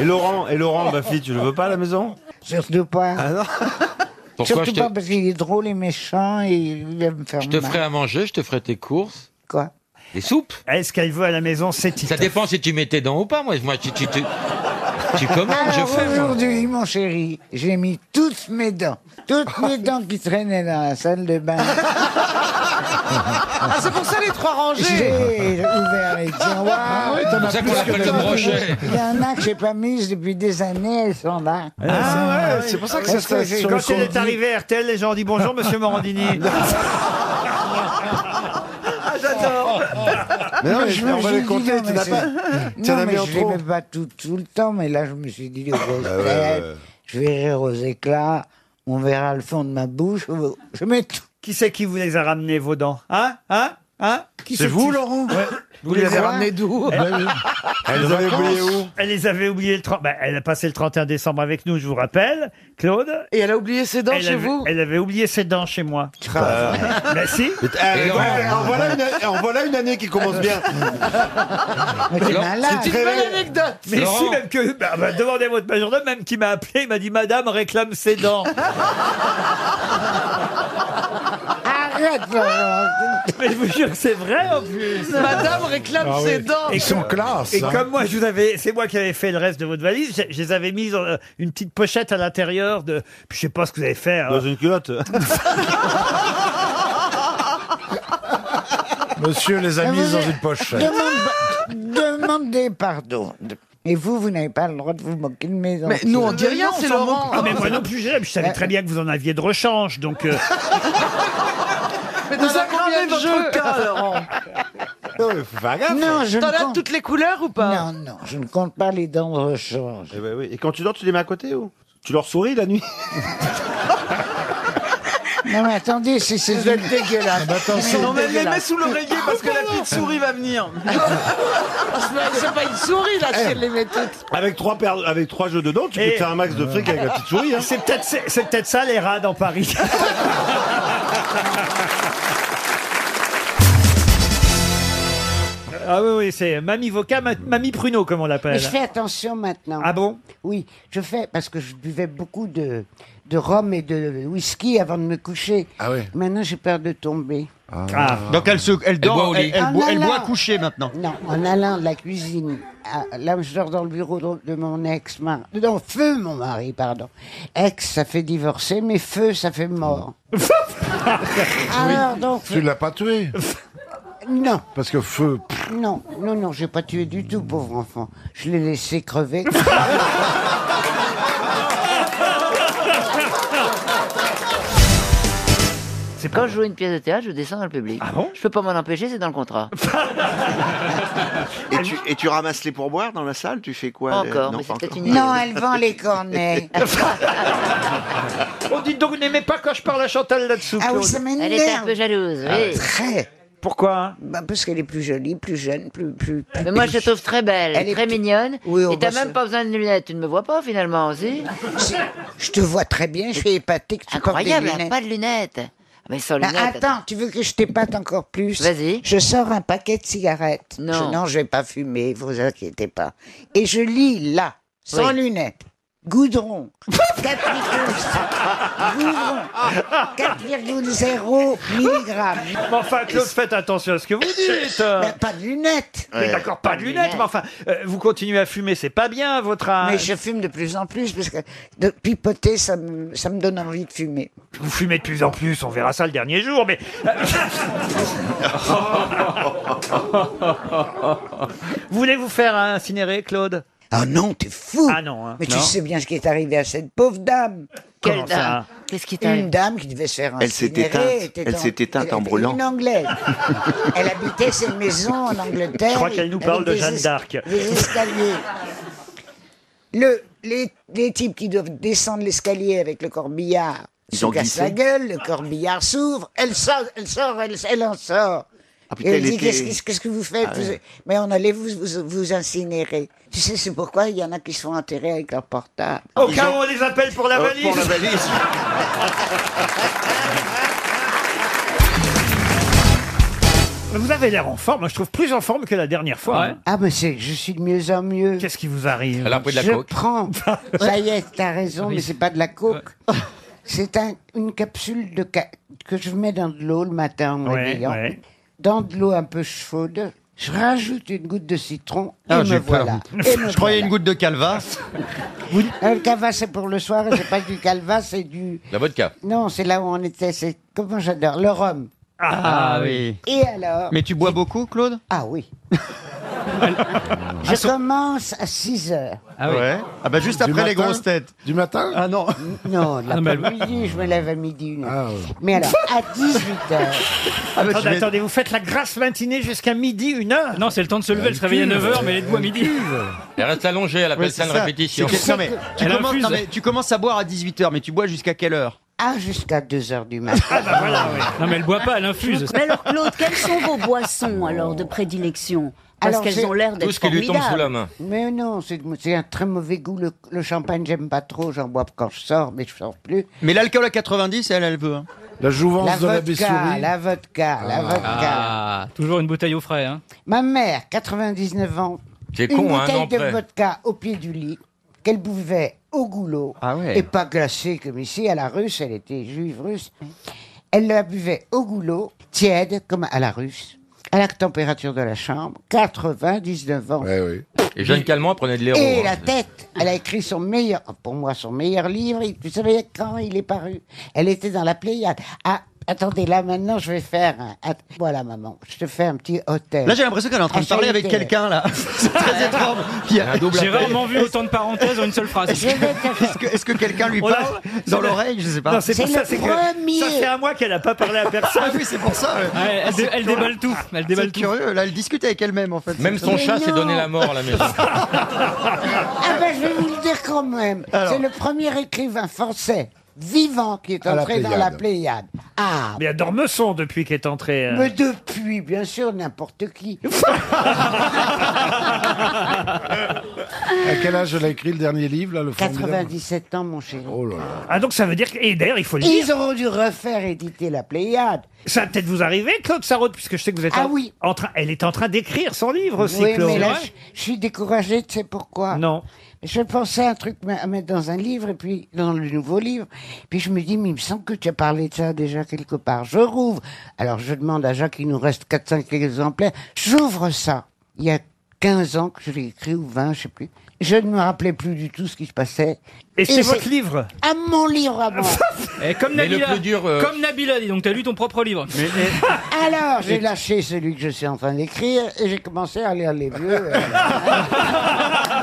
Et Laurent, et Laurent, ma fille, tu le veux pas à la maison Surtout pas. Ah non Pourquoi Surtout je te, pas parce qu'il est drôle et méchant et il aime me faire je te mal. ferai à manger, je te ferai tes courses, Quoi des soupes. Est-ce qu'elle veut à la maison ses titres Ça dépend si tu mets tes dents ou pas. Moi, moi tu, tu, tu, tu commandes, Ah, je Alors fais. moi. Ah, aujourd'hui, mon chéri, j'ai mis toutes mes dents, toutes mes dents qui traînaient dans la salle de bain. Ah, c'est pour ça les trois rangées. Ah, J'ai ouvert les tiroirs. C'est pour ça qu'on l'appelle le brochet. Il y en a que j'ai pas mises depuis des années, elles sont là. Ah ouais, c'est pour ça que ça Parce se que passe j'ai- sur le Quand elle est compte. arrivée à RTL, les gens ont dit bonjour, monsieur Morandini. Mais non, Mais mais je je me on va suis les dit, compter, non, tu mais n'as c'est- pas. Tu en non, as mais mis en je les trop. Ah mets pas tout, tout le temps, mais là, je me suis dit, les grosses ouais, ouais, têtes, ouais. je verrai aux éclats, on verra le fond de ma bouche, je mets tout. qui c'est qui vous les a ramenés, vos dents Hein Hein Hein Qui C'est vous, Laurent Vous les avez Quoi ramenés d'où Elle avait oublié où Elle les avait oubliés le 30... bah, elle a passé le 31 décembre avec nous, je vous rappelle, Claude. Et elle a oublié ses dents elle, chez avait, vous elle avait oublié ses dents chez moi. Bah si Eh, eh, Laurent- ouais, En voilà une- en voilà une année qui commence bien. Mais t'es Alors, malade. C'est une belle anecdote. Mais Laurent. si, même que. bah, bah, demandez à votre majordome, même qui m'a appelé, il m'a dit Madame réclame ses dents. Arrête, Laurent. Mais je vous jure que c'est vrai en plus Madame réclame Ah ses dents. Et comme- classe. hein. Et comme moi, je vous avais, c'est moi qui avais fait le reste de votre valise. Je, je les avais mises dans euh, une petite pochette à l'intérieur de. Puis je sais pas ce que vous avez fait. hein. Dans une culotte. Monsieur les a mises dans une poche. Demande- demandez pardon. Et vous, vous n'avez pas le droit de vous moquer de mes Mais enfants. nous on dit rien, c'est Laurent. Ah, mais moi non plus, je, je savais très bien que vous en aviez de rechange. Donc, euh, Mais t'en as combien de jeux Non, mais faut faire gaffe. Non, je T'en ne as compte... toutes les couleurs ou pas Non, non, je ne compte pas les dents de rechange. Eh ben oui. Et quand tu dors, tu les mets à côté ou Tu leur souris la nuit Non, mais attendez, si c'est Vous une... êtes Ah, dégueulasse. Non, mais les mets sous l'oreiller parce que la petite souris va venir. C'est pas une souris là si elle les met toutes. Avec trois paires- avec trois jeux dedans, tu Et- peux te faire un max de fric avec la petite souris. hein. c'est peut-être, c'est, c'est peut-être ça les rats dans Paris. ah oui, oui, c'est Mamie Voca, ma- Mamie Pruneau, comme on Mais l'appelle. je fais attention maintenant. Ah bon Oui, je fais parce que je buvais beaucoup de, de rhum et de whisky avant de me coucher. Ah oui. Maintenant, j'ai peur de tomber. Ah. Donc elle, se, elle boit au dort, lit. elle, elle En boit, elle allant- boit couchée maintenant. Non, en allant de la cuisine, à- là, je dors dans le bureau de, de mon ex, ma- non, feu, mon mari, pardon. Ex, ça fait divorcer, mais feu, ça fait mort. Alors donc, Tu l'as pas tué non, Parce que feu. pff, non, non, non, j'ai pas tué du tout, pauvre enfant. Je l'ai laissé crever. C'est pas Quand je joue une pièce de théâtre, je descends dans le public. Ah bon je peux pas m'en empêcher, c'est dans le contrat. Ah Et tu, et tu ramasses les pourboires dans la salle Tu fais quoi Pas euh, encore, non, mais c'est pas peut-être encore. une idée. Non, elle vend les cornets. On dit donc, n'aimez pas quand je parle à Chantal là-dessous. Ah oui, Claude. ça Elle est un m'énerve. Ah, peu jalouse, Ah oui. Très. Pourquoi hein Bah, parce qu'elle est plus jolie, plus jeune, plus. plus, plus Mais moi, je te trouve très belle, Elle est très p- mignonne. Oui, on et t'as va se- même pas besoin de lunettes. Tu ne me vois pas finalement aussi. Ah, Si, je te vois très bien, je suis épaté que tu portes des Incroyable, hein, lunettes. pas de lunettes. Mais sans Bah, Ah, lunettes. attends, tu veux que je t'épate encore plus Vas-y. Je sors un paquet de cigarettes. Non. Je, non, je vais pas fumer, vous inquiétez pas. Et je lis là, sans Oui. lunettes. Goudron. 4,0 Goudron. 4,0 mg. Mais enfin, Claude, faites attention à ce que vous dites. euh. Ben, pas de lunettes. Mais d'accord, pas de de lunettes, lunettes. mais enfin, euh, vous continuez à fumer, c'est pas bien à votre âge. Mais je fume de plus en plus parce que de pipoter, ça me, ça me donne envie de fumer. Vous fumez de plus en plus, on verra ça le dernier jour, mais... euh. Voulez-vous faire un incinéré, Claude Ah non, t'es fou Ah non, hein. Mais Non. tu sais bien ce qui est arrivé à cette pauvre dame Quelle Comment dame ça Qu'est-ce qui Une t'arrive dame qui devait se faire Elle s'est incinérer, éteinte. était Elle en- s'est éteinte en était brûlant. Une anglaise. elle habitait ses maisons en Angleterre. Je crois qu'elle nous avec parle de des Jeanne es- d'Arc. Des escaliers. Le, les, les types qui doivent descendre l'escalier avec le corbillard Ils se ont cassent glissé. la gueule, le corbillard s'ouvre, elle sort, elle sort, elle, elle en sort. Ah, putain, Et elle elle dit était- Ah qu'est-ce qu'est-ce- qu'est-ce que vous faites Vous- Mais on allait vous, vous, vous incinérer. Tu sais, c'est pourquoi il y en a qui sont enterrés avec leur portable. Au cas où on les appelle pour la Euh, valise pour la valise. Mais vous avez l'air en forme. Moi, je trouve plus en forme que la dernière fois. hein. Ah, mais c'est, je suis de mieux en mieux. Qu'est-ce qui vous arrive Elle a pris de la je coke. prends. Ça y est, t'as raison, mais c'est pas de la coke. C'est un- une capsule de ca- que je mets dans de l'eau le matin en me Ouais, réveillant. ouais. Dans de l'eau un peu chaude, je rajoute une goutte de citron et Ah, me j'ai peur. voilà. Et me Je voilà. croyais une goutte de calvas. Euh, Le cava, c'est pour le soir, et c'est pas du calva, c'est du... La vodka. Non, c'est là où on était, c'est... Comment j'adore Le rhum. Ah oui. Et alors Mais tu bois beaucoup, Claude Ah oui. je commence à 6 heures. Ah ouais. Ah bah juste après les matin grosses têtes. Du matin Ah non. Non, l'après-midi, je me lève à midi une heure. Ah ouais. Mais alors, à 18h, Ah bah, tu Attendez, mets- attendez, vous faites la grasse matinée jusqu'à midi, une heure Non, c'est le temps de se lever, elle se réveille à 9h, mais elle est debout à midi. Elle reste allongée, elle appelle Ouais, c'est ça une ça. répétition. C'est que- non, mais tu, Elle commences, infuse. non, mais tu commences à boire à 18h, mais tu bois jusqu'à quelle heure ah, jusqu'à 2h du matin. Non, mais elle boit pas, elle infuse. Mais alors, Claude, quelles sont vos boissons alors de prédilection Parce Alors, j'ai- qu'elles ont l'air Tout d'être ce qui lui tombe sous la formidables. main. Mais non, c'est c'est un très mauvais goût. Le, le champagne, j'aime pas trop. J'en bois quand je sors, mais je sors plus. Mais l'alcool à 90, elle, elle veut. hein. La jouvence La de la vodka, Bessourie. la vodka, la vodka. Ah, toujours une bouteille au frais, hein. Ma mère, 99 ans, C'est une con, hein, bouteille non de près. vodka au pied du lit qu'elle buvait au goulot Ah ouais. et pas glacée comme ici à la russe. Elle était juive russe. Elle la buvait au goulot, tiède comme à la russe, à la température de la chambre, 99 ans. Ouais, oui. Et Jeanne Calment prenait de l'héros. Et hein. la tête, elle a écrit son meilleur, pour moi, son meilleur livre. Il- Vous savez quand il est paru Elle était dans la Pléiade. Ah, attendez, là maintenant, je vais faire. un- att- Voilà, maman, je te fais un petit hôtel. Là, j'ai l'impression qu'elle est en train de parler avec Actualité. quelqu'un, là. C'est très étrange. Il y a- J'ai rarement vu autant de parenthèses en une seule phrase. Je vais te faire- Est-ce que, est-ce que quelqu'un lui Oh là, parle c'est dans la- l'oreille Je sais pas. Non, c'est pour C'est ça, le c'est que premier. ça fait un mois qu'elle n'a pas parlé à Ah personne. oui, c'est pour ça. ouais. Ouais, elle, dé- elle déballe tout. Elle déballe C'est tout. curieux, là, elle discute avec elle-même en fait. Même son Mais chat s'est non. donné la mort à la maison. Ah ben, je vais vous le dire quand même. C'est le premier écrivain français vivant qui est À la entré dans la Pléiade. Pléiade. Ah, Mais elle dort meçon depuis qu'elle est entrée. euh. mais depuis, bien sûr, n'importe qui. À quel âge elle a écrit le dernier livre, là, le formidable 97 ans, mon chéri. Oh là là. Ah, donc ça veut dire. que- Et d'ailleurs, il faut le dire. Ils auront dû refaire éditer la Pléiade. Ça va peut-être vous arriver, Claude Sarraute, puisque je sais que vous êtes Ah en, oui. en train. Elle est en train d'écrire son livre aussi, Oui, Claude. mais là, vrai je, je suis découragée, tu sais pourquoi Non. Je pensais à un truc à mettre dans un livre, et puis dans le nouveau livre. Puis je me dis, mais il me semble que tu as parlé de ça déjà quelque part. Je rouvre. Alors je demande à Jacques, il nous reste 4-5 exemplaires. J'ouvre ça. Il y a 15 ans que je l'ai écrit, ou 20, je sais plus. Je ne me rappelais plus du tout ce qui se passait. Et c'est Et votre c'est- livre À mon livre à moi. Et comme Mais le Nabila. plus dur, euh, Comme Nabila, dis donc, t'as lu ton propre livre. Alors, j'ai lâché celui que je suis en train d'écrire, et j'ai commencé à lire les vieux. euh. Ah,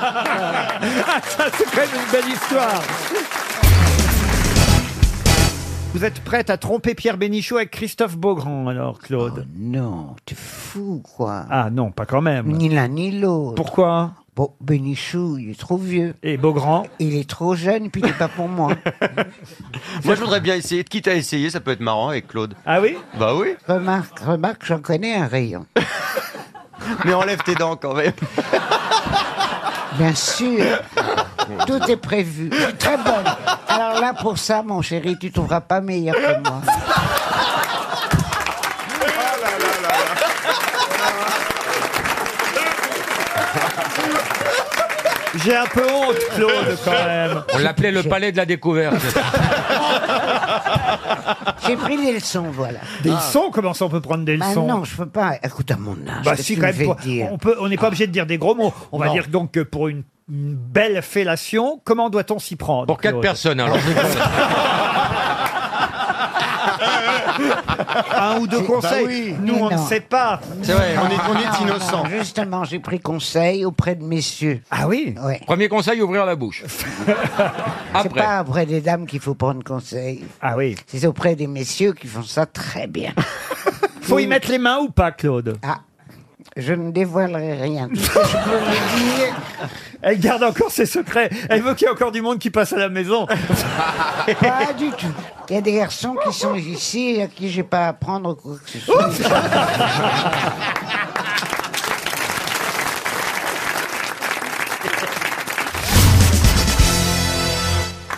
ça, c'est quand même une belle histoire. Vous êtes prête à tromper Pierre Bénichou avec Christophe Beaugrand, alors, Claude non, t'es fou, quoi. Ah non, pas quand même. Ni l'un ni l'autre. Pourquoi Bon, Bénichou, il est trop vieux. Et Beaugrand Il est trop jeune, puis il n'est pas pour moi. Moi, je voudrais bien essayer. Quitte à essayer, ça peut être marrant avec Claude. Ah oui Bah oui, Remarque, remarque, j'en connais un rayon. mais enlève tes dents quand même. Bien sûr, tout est prévu. Je suis très bonne. Alors là, pour ça, mon chéri, tu trouveras pas meilleur que moi. J'ai un peu honte, Claude, Ah. quand même. on l'appelait le palais de la découverte. J'ai pris les leçons, voilà. Des leçons Comment ça on peut prendre des Ah. Bah leçons non, je peux pas. Écoute, à mon âge, Bah qu'est-ce si, que quand tu même, veux pour- dire Ah. on peut- on n'est pas obligé de dire des gros mots. On va Non. dire donc que pour une, une belle fellation, comment doit-on s'y prendre Pour quatre Claude personnes, alors. Un ou Bah deux conseils. oui. Nous, Mais on ne non. sait pas. C'est vrai, on est, on Non, est non, innocent. Justement, j'ai pris conseil auprès de messieurs. Ah oui Ouais. Premier conseil, ouvrir la bouche. C'est Après. pas auprès des dames qu'il faut prendre conseil. Ah oui. C'est auprès des messieurs qui font ça très bien. Faut y mettre les mains ou pas, Claude Ah, je ne dévoilerai rien. Tout ce que je peux vous dire, Elle garde encore ses secrets. Elle veut qu'il y ait encore du monde qui passe à la maison. pas du tout. Il y a des garçons qui sont ici et à qui j'ai pas à apprendre quoi que ce soit.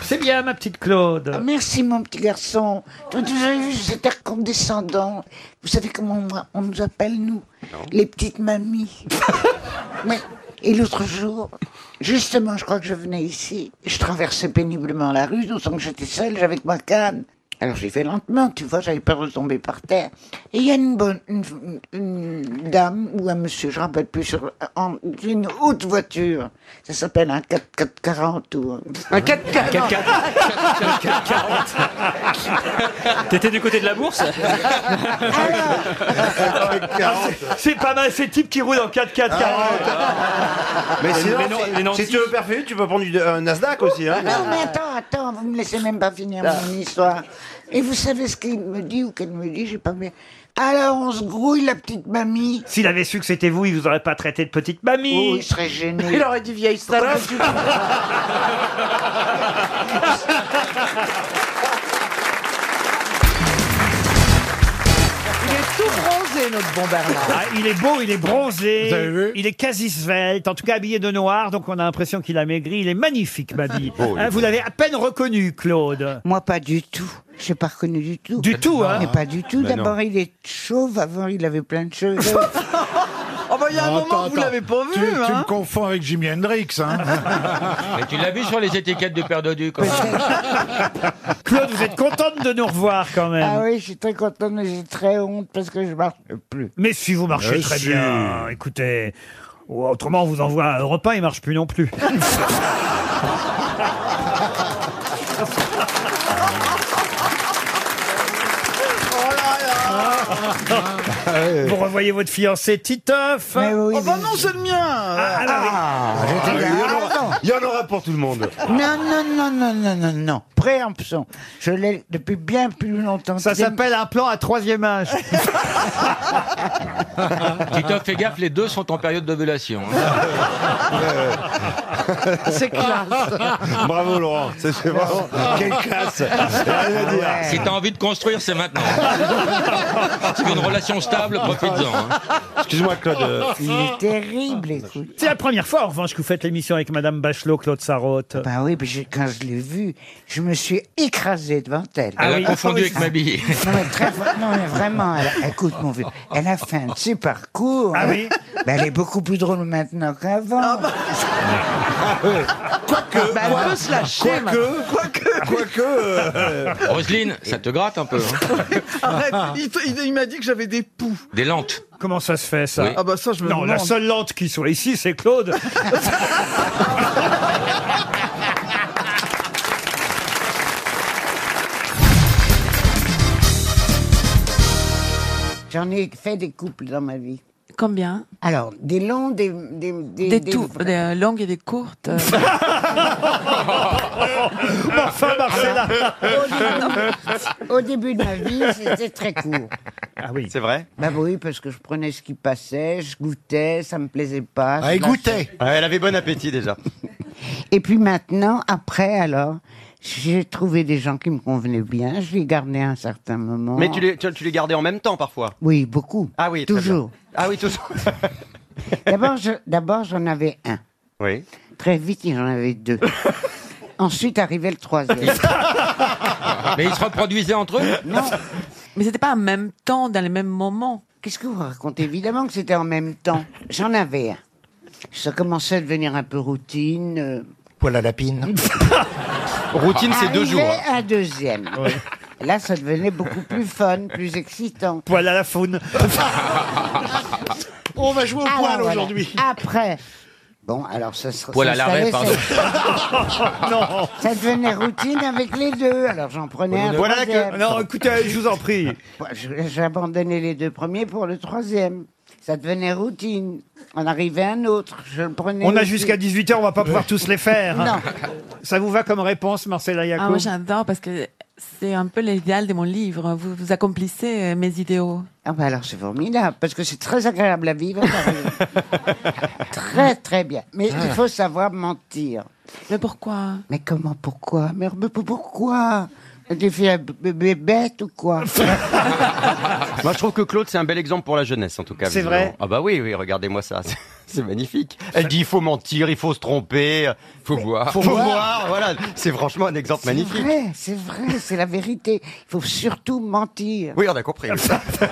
C'est bien, ma petite Claude. Ah, merci, mon petit garçon. Tu as déjà vu cet air condescendant. Vous savez comment on, on nous appelle, nous Les petites mamies. Ouais. Et l'autre jour, justement, je crois que je venais ici. Je traversais péniblement la rue, d'autant que j'étais seule, j'avais que ma canne. Alors j'y vais lentement, tu vois, j'avais peur de tomber par terre. Et il y a une bonne une- une dame ou un monsieur, je ne rappelle plus, sur en- une haute voiture. Ça s'appelle un 4440 ou un 4 T'étais du côté de la bourse C'est pas mal, ces types qui roulent en 4x4 Ah Mais sinon, Mais non, Ah, si- les Nantis. si tu veux perfumer, tu peux prendre du- un Nasdaq aussi. Hein. Non, mais attends, attends, vous me laissez même pas finir mon histoire. Et vous savez ce qu'il me dit ou qu'elle me dit, j'ai pas bien. Alors on se grouille, la petite mamie. S'il avait su que c'était vous, il vous aurait pas traité de petite mamie. Oh, il serait gêné. Il aurait dit vieille salope. Il est tout bronzé, notre bon Bernard. Ah, il est beau, il est bronzé. Vous avez vu il est quasi svelte, en tout cas habillé de noir, donc on a l'impression qu'il a maigri. Il est magnifique, Mabie. Oh, Hein, vous l'avez à peine reconnu, Claude. Moi, pas du tout. Je l'ai pas reconnu du tout. Du tout, hein Mais pas du tout. Ben non. D'abord, il est chauve. Avant, il avait plein de cheveux. Oh, bah, il y a un Attends, moment où vous attends. l'avez pas Tu, vu, tu me hein. confonds avec Jimi Hendrix, hein Mais tu l'as vu sur les étiquettes de Père Dodu quand même. Claude, vous êtes contente de nous revoir quand même. ah oui, je suis très contente, mais j'ai très honte parce que je marche plus. Mais si vous marchez Mais très si. bien, écoutez. ou Autrement, on vous envoie à Europe 1, il marche plus non plus. vous revoyez votre fiancé Titoff. Mais oui, Oh, bah, mais- non, c'est le mien. Ah, là, Ah, j'étais là. Attends. Ah, Il y en aura pour tout le monde. Non, non, non, non, non, non, non. Préemption. Je l'ai depuis bien plus longtemps. oui. Ça C'est- s'appelle un plan à troisième âge. Tito, fais gaffe, les deux sont en période d'ovulation. hein. C'est classe. Bravo Laurent, c'est c'est vraiment quelle classe. Rien à dire. Si Ah. t'as envie de construire, c'est maintenant. Si tu veux une relation stable, profite-en. hein. Excuse-moi Claude. euh, Il est terrible, écoute. C'est la première fois, en revanche, que vous faites l'émission avec Madame Bachelot, Claude Sarraute. Ben oui, puis je- quand je l'ai vue, je me suis écrasée devant elle. Ah Elle oui. a confondu avec ma bille. Non mais, très- non, mais vraiment, elle, écoute mon vieux, elle a fait un de ses parcours. Ah hein. oui Ben, Elle est beaucoup plus drôle maintenant qu'avant. Ah Bah, elle peut se lâcher, ma- Quoique, euh, Roselyne, ça te gratte un peu. hein. Arrête. Il, il- il m'a dit que j'avais des poux. Des lentes. Comment ça se fait, ça Oui. Ah, bah, ça, je me Non, la demande. seule lente qui soit ici, c'est Claude. J'en ai fait des couples dans ma vie. Combien Alors, des longs, des... Des, des, Des des- tout, des euh, longues et des courtes. euh. Oh, Mais enfin, Marcella. Au début de ma vie, c'était très court. Ah oui. C'est vrai Ben oui, parce que je prenais ce qui passait, je goûtais, ça me plaisait pas. je Ah, il lâchais. goûtait Ouais, Elle avait bon appétit déjà. Et puis maintenant, après, alors, j'ai trouvé des gens qui me convenaient bien. Je les gardais à un certain moment. Mais tu les, tu, tu les gardais en même temps parfois. Oui, beaucoup. Ah oui, très bien. Toujours. Ah oui, toujours. D'abord, je- d'abord, j'en avais un. Oui. Très vite, j'en avais deux. Ensuite arrivait le troisième. Mais ils se reproduisaient entre eux Non, Mais c'était pas en même temps, dans les mêmes moments. qu'est-ce que vous racontez Évidemment que c'était en même temps. J'en avais un. Ça commençait à devenir un peu routine. euh, Voilà la pine. Routine, c'est deux Arrivait jours. hein. un deuxième. Là, ça devenait beaucoup plus fun, plus excitant. Voilà la faune. On va jouer au Alors, poil voilà. aujourd'hui. Après. Bon, alors ça se Poil ça à se l'arrêt, savait, pardon. non, Ça devenait routine avec les deux. Alors j'en prenais un Voilà la troisième. non, écoutez, je vous en prie. Je- J'abandonnais les deux premiers pour le troisième. Ça devenait routine. On arrivait à un autre. Je le prenais. On a aussi. jusqu'à 18h, on va pas pouvoir tous les faire. Non. Ça vous va comme réponse, Marcella Yacoub Ah, moi j'adore parce que c'est un peu l'idéal de mon livre. Vous, vous accomplissez euh, mes idéaux. Ah bah alors c'est formidable parce que c'est très agréable à vivre. très très bien. Mais Ah. il faut savoir mentir. Mais pourquoi Mais comment, pourquoi Mais mais pour- pourquoi Tu fais un b- b- bête ou quoi Moi, je trouve que Claude, c'est un bel exemple pour la jeunesse, en tout cas. C'est visiblement. vrai Ah bah oui, oui, regardez-moi ça. C'est- C'est magnifique. Elle dit, il faut mentir, il faut se tromper, faut boire. faut boire. voilà. C'est franchement un exemple C'est magnifique. vrai, c'est vrai, c'est la vérité. Il faut surtout mentir. Oui, on a compris. oui.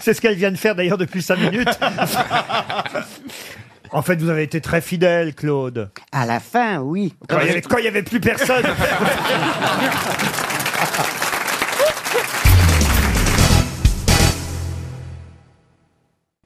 C'est ce qu'elle vient de faire d'ailleurs depuis cinq minutes. En fait, vous avez été très fidèle, Claude. À la fin, Ah, oui. Quand il y avait- quand il n'y avait plus personne.